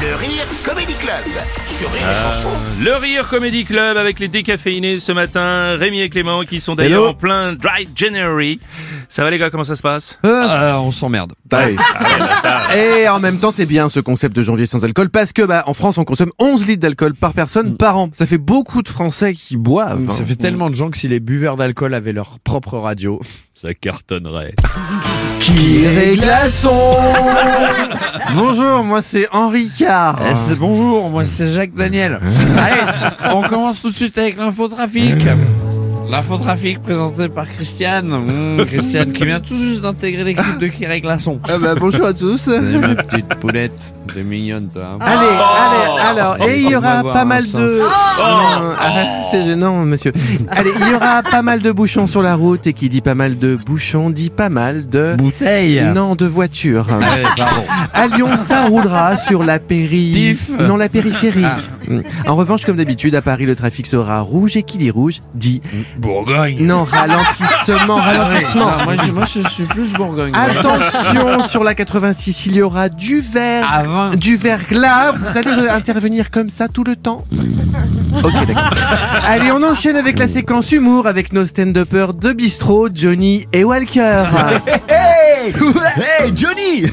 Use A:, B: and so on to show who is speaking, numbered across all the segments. A: Le Rire Comedy Club sur Rire et Chanson.
B: Le Rire Comedy Club avec les décaféinés ce matin, Rémi et Clément qui sont d'ailleurs
C: Hello.
B: en plein Dry January. Ça va les gars, comment ça se passe
C: Euh, on s'emmerde. Et en même temps, c'est bien ce concept de janvier sans alcool parce que bah, en France, on consomme 11 litres d'alcool par personne par an. Ça fait beaucoup de Français qui boivent.
D: Ça
C: hein.
D: fait tellement de gens que si les buveurs d'alcool avaient leur propre radio, ça cartonnerait.
C: Qui glaçons Bonjour, moi c'est Henri Carr.
D: bonjour, moi Eh, c'est Jacques Daniel. Allez, on commence tout de suite avec l'infotrafic. L'infotrafic présenté par Christiane. Mmh, Christiane qui vient tout juste d'intégrer l'équipe de Kiré Glaçon.
C: Ah bah, bonjour à tous.
D: Salut ma petite poulette, t'es mignonne toi. hein.
C: Ah. Allez, allez, alors, et il y aura
D: Oh.
C: pas mal de... Ah. Non, arrête, c'est gênant, monsieur. Allez, il y aura pas mal de bouchons sur la route, et qui dit pas mal de bouchons dit pas mal de...
D: Bouteille
C: Non, de voitures.
D: Ouais, Eh, pardon.
C: À Lyon, ça roulera sur la péri...
D: Diff. Ah.
C: Non, la périphérie. Mm. En revanche, comme d'habitude, à Paris, le trafic sera rouge, et qui dit rouge, dit...
D: Bourgogne Ah
C: Non, ralentissement, ralentissement.
D: Non, moi, je, moi, je suis plus Bourgogne.
C: Ah, Attention, sur la 86, il y aura du vert.
D: À 20.
C: Du verglas, vous allez euh, intervenir comme ça tout le temps Ok, d'accord. Allez, on enchaîne avec la séquence humour avec nos stand-uppers de bistrot, Johnny et Walker.
D: Hey Johnny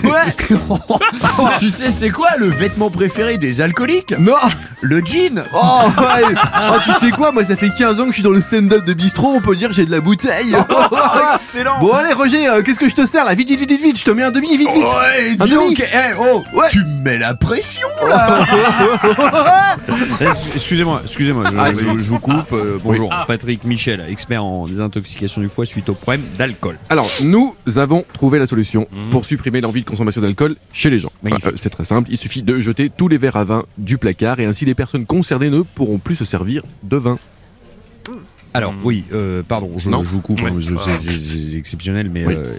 D: Tu sais c'est quoi le vêtement préféré des alcooliques
C: Non
D: Le jean
C: oh, ouais. Oh, tu sais quoi Moi, ça fait 15 ans que je suis dans le stand-up de bistrot, on peut dire que j'ai de la bouteille.
D: Excellent
C: Bon, allez, Roger, euh, qu'est-ce que je te sers là Vite, vite, vite, vite, je te mets un demi, vite, vite.
D: Ouais,
C: Un
D: dis
C: demi.
D: donc, eh, oh, tu me mets la pression là Excusez-moi, excusez-moi, je,
C: Ah,
D: je- je vous coupe. euh, bonjour, Patrick Michel, expert en désintoxication du foie suite au problème d'alcool.
C: Alors, nous avons trouvé la solution pour supprimer l'envie de consommation d'alcool chez les gens.
D: Magnifique.
C: Voilà, euh, c'est très simple, il suffit de jeter tous les verres à vin du placard et ainsi les personnes concernées ne pourront plus se servir de vin.
D: Alors oui, euh, pardon, je,
C: Non.
D: je vous coupe, hein, je- c'est- c'est c'est exceptionnel, mais
C: Oui.
D: euh,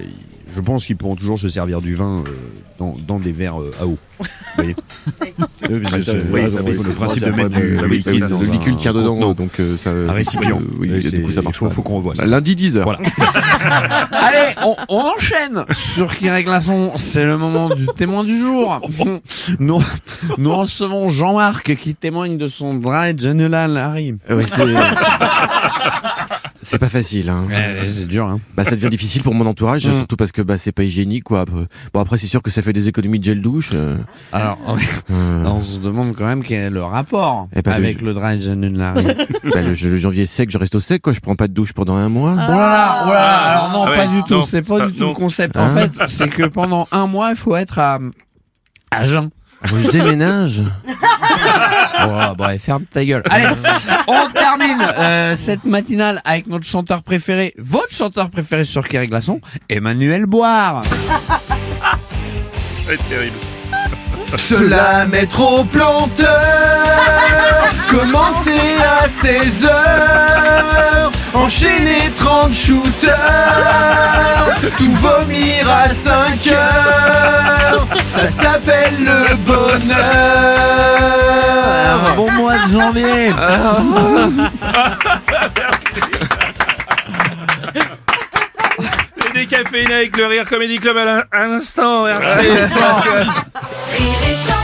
D: je pense qu'ils pourront toujours se servir du vin euh, dans, dans des verres euh, à eau. Vous voyez Ah, Oui, parce que c'est-
C: oui,
D: c'est
C: ça, oui,
D: le
C: c'est-
D: principe de
C: c'est-
D: mettre du
C: Ah, oui,
D: liquide
C: oui,
D: dans
C: le liquide
D: un
C: tient dedans,
D: contenant.
C: donc euh, ça.
D: Un récipient.
C: oui,
D: Et
C: et du coup, ça
D: c'est-
C: marche
D: faut,
C: pas.
D: faut qu'on revoie ça.
C: Lundi 10h.
D: Voilà. Allez, on, on enchaîne sur Kirek Glaçon. C'est le moment du témoin du jour. Nous, nous recevons Jean-Marc qui témoigne de son dry General Harry.
C: Ah c'est pas facile. Hein.
D: c'est dur, hein.
C: Bah, ça devient difficile pour mon entourage,
D: Mm.
C: surtout parce que bah, c'est pas hygiénique. Quoi. Bon, après, c'est sûr que ça fait des économies de gel douche. euh,
D: Alors,
C: euh,
D: on se demande quand même quel est le rapport
C: Eh ben,
D: avec le dry General Harry.
C: bah, le, le janvier sec, je reste au sec, quoi. je prends pas de douche pendant un mois.
D: Oh là là, oh là là. Alors non,
B: Ah ouais,
D: pas du tout.
B: non,
D: C'est pas
B: ça,
D: du tout
B: non.
D: le concept.
C: Hein
D: En fait, c'est que pendant un mois, il faut être à à jeun.
C: Moi, je déménage.
D: Oh, bon, allez, ferme ta gueule. Allez, on termine euh, cette matinale avec notre chanteur préféré, votre chanteur préféré sur Kerry Glaçon, Emmanuel Boire.
B: C'est terrible.
C: Cela mettre au planteur Commencer à 16 heures Enchaîner 30 shooters Tout vomir à 5 heures Ça s'appelle le bonheur
D: Bon mois de janvier.
B: Les décaféinés avec le Rire Comedy Club à l'in- à l'instant, RC.
E: Rire et chanson